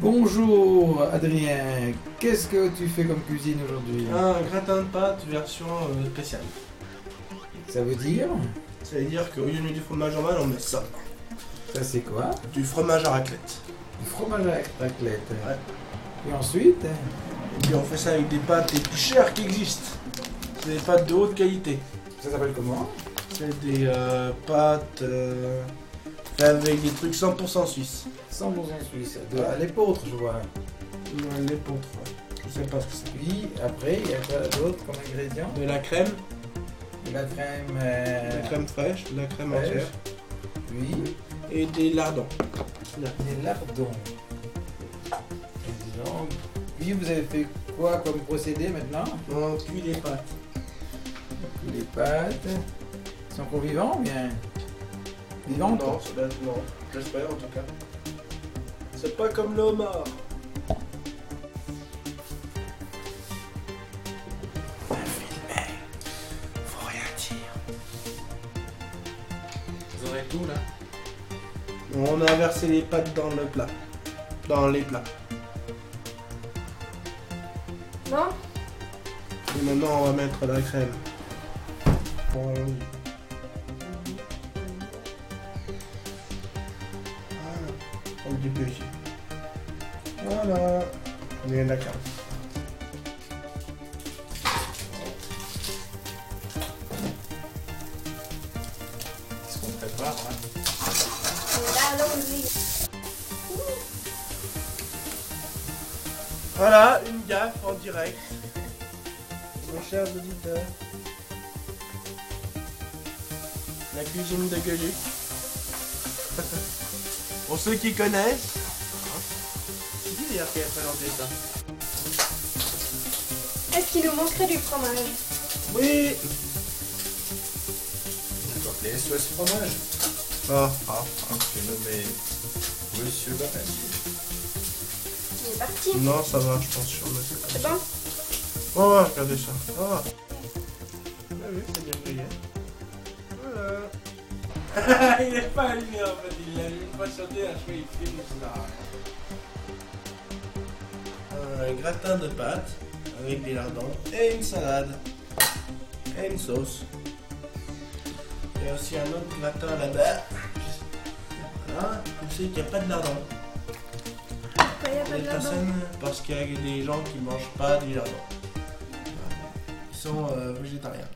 Bonjour Adrien, qu'est-ce que tu fais comme cuisine aujourd'hui Un gratin de pâtes version euh, spéciale. Ça veut dire Ça veut dire qu'au lieu de mettre du fromage normal, on met ça. Ça c'est quoi Du fromage à raclette. Du fromage à la raclette. Et ensuite Et puis on fait ça avec des pâtes les plus chères qui existent. C'est des pâtes de haute qualité. Ça s'appelle comment C'est des euh, pâtes euh, faites avec des trucs 100% suisses. Sans en suisse. De à l'épeautre, je vois. Ouais, Les potres, ouais. Je sais pas ce que c'est. Puis après, il y a quoi d'autre comme ingrédient De la crème, De la crème. de euh, la crème fraîche, de la crème fraîche. entière. Puis Et des lardons. des lardons. Et dis donc, Puis vous avez fait quoi comme procédé maintenant On cuit les pâtes. Les pâtes. Ils sont encore vivants ou bien Vivantes Non, c'est pas- non. J'espère en tout cas. C'est pas comme le homard. Faut rien dire. Vous aurez tout là On a inversé les pâtes dans le plat. Dans les plats. Non Et maintenant, on va mettre la crème. On- Voilà. On début ici. Voilà. On est d'accord. Qu'est-ce qu'on prépare hein. là La laundry. Voilà, une gaffe en direct. Mon cher auditeur. La cuisine de Gueuluc. Pour ceux qui connaissent. C'est qui d'ailleurs qui a présenté ça Est-ce qu'il nous manquerait du fromage Oui On peut appeler SOS Fromage. Ah, ah. Je vais nommer Monsieur Baratier. Il est parti. Non, ça va, je pense sur le c'est comme C'est ça. bon Oh, ouais, regardez ça. Ah. Ah oui, c'est bien brillé. Voilà. il est pas allumé en fait, il l'a une fois sauté, à fois il filme, ça. Euh, Un gratin de pâtes avec des lardons et une salade et une sauce. Et aussi un autre gratin là-bas. Voilà, je sais qu'il n'y a pas de lardons. Pourquoi il n'y a pas Les de lardons personnes, parce qu'il y a des gens qui mangent pas du jardin. Ils sont euh, végétariens.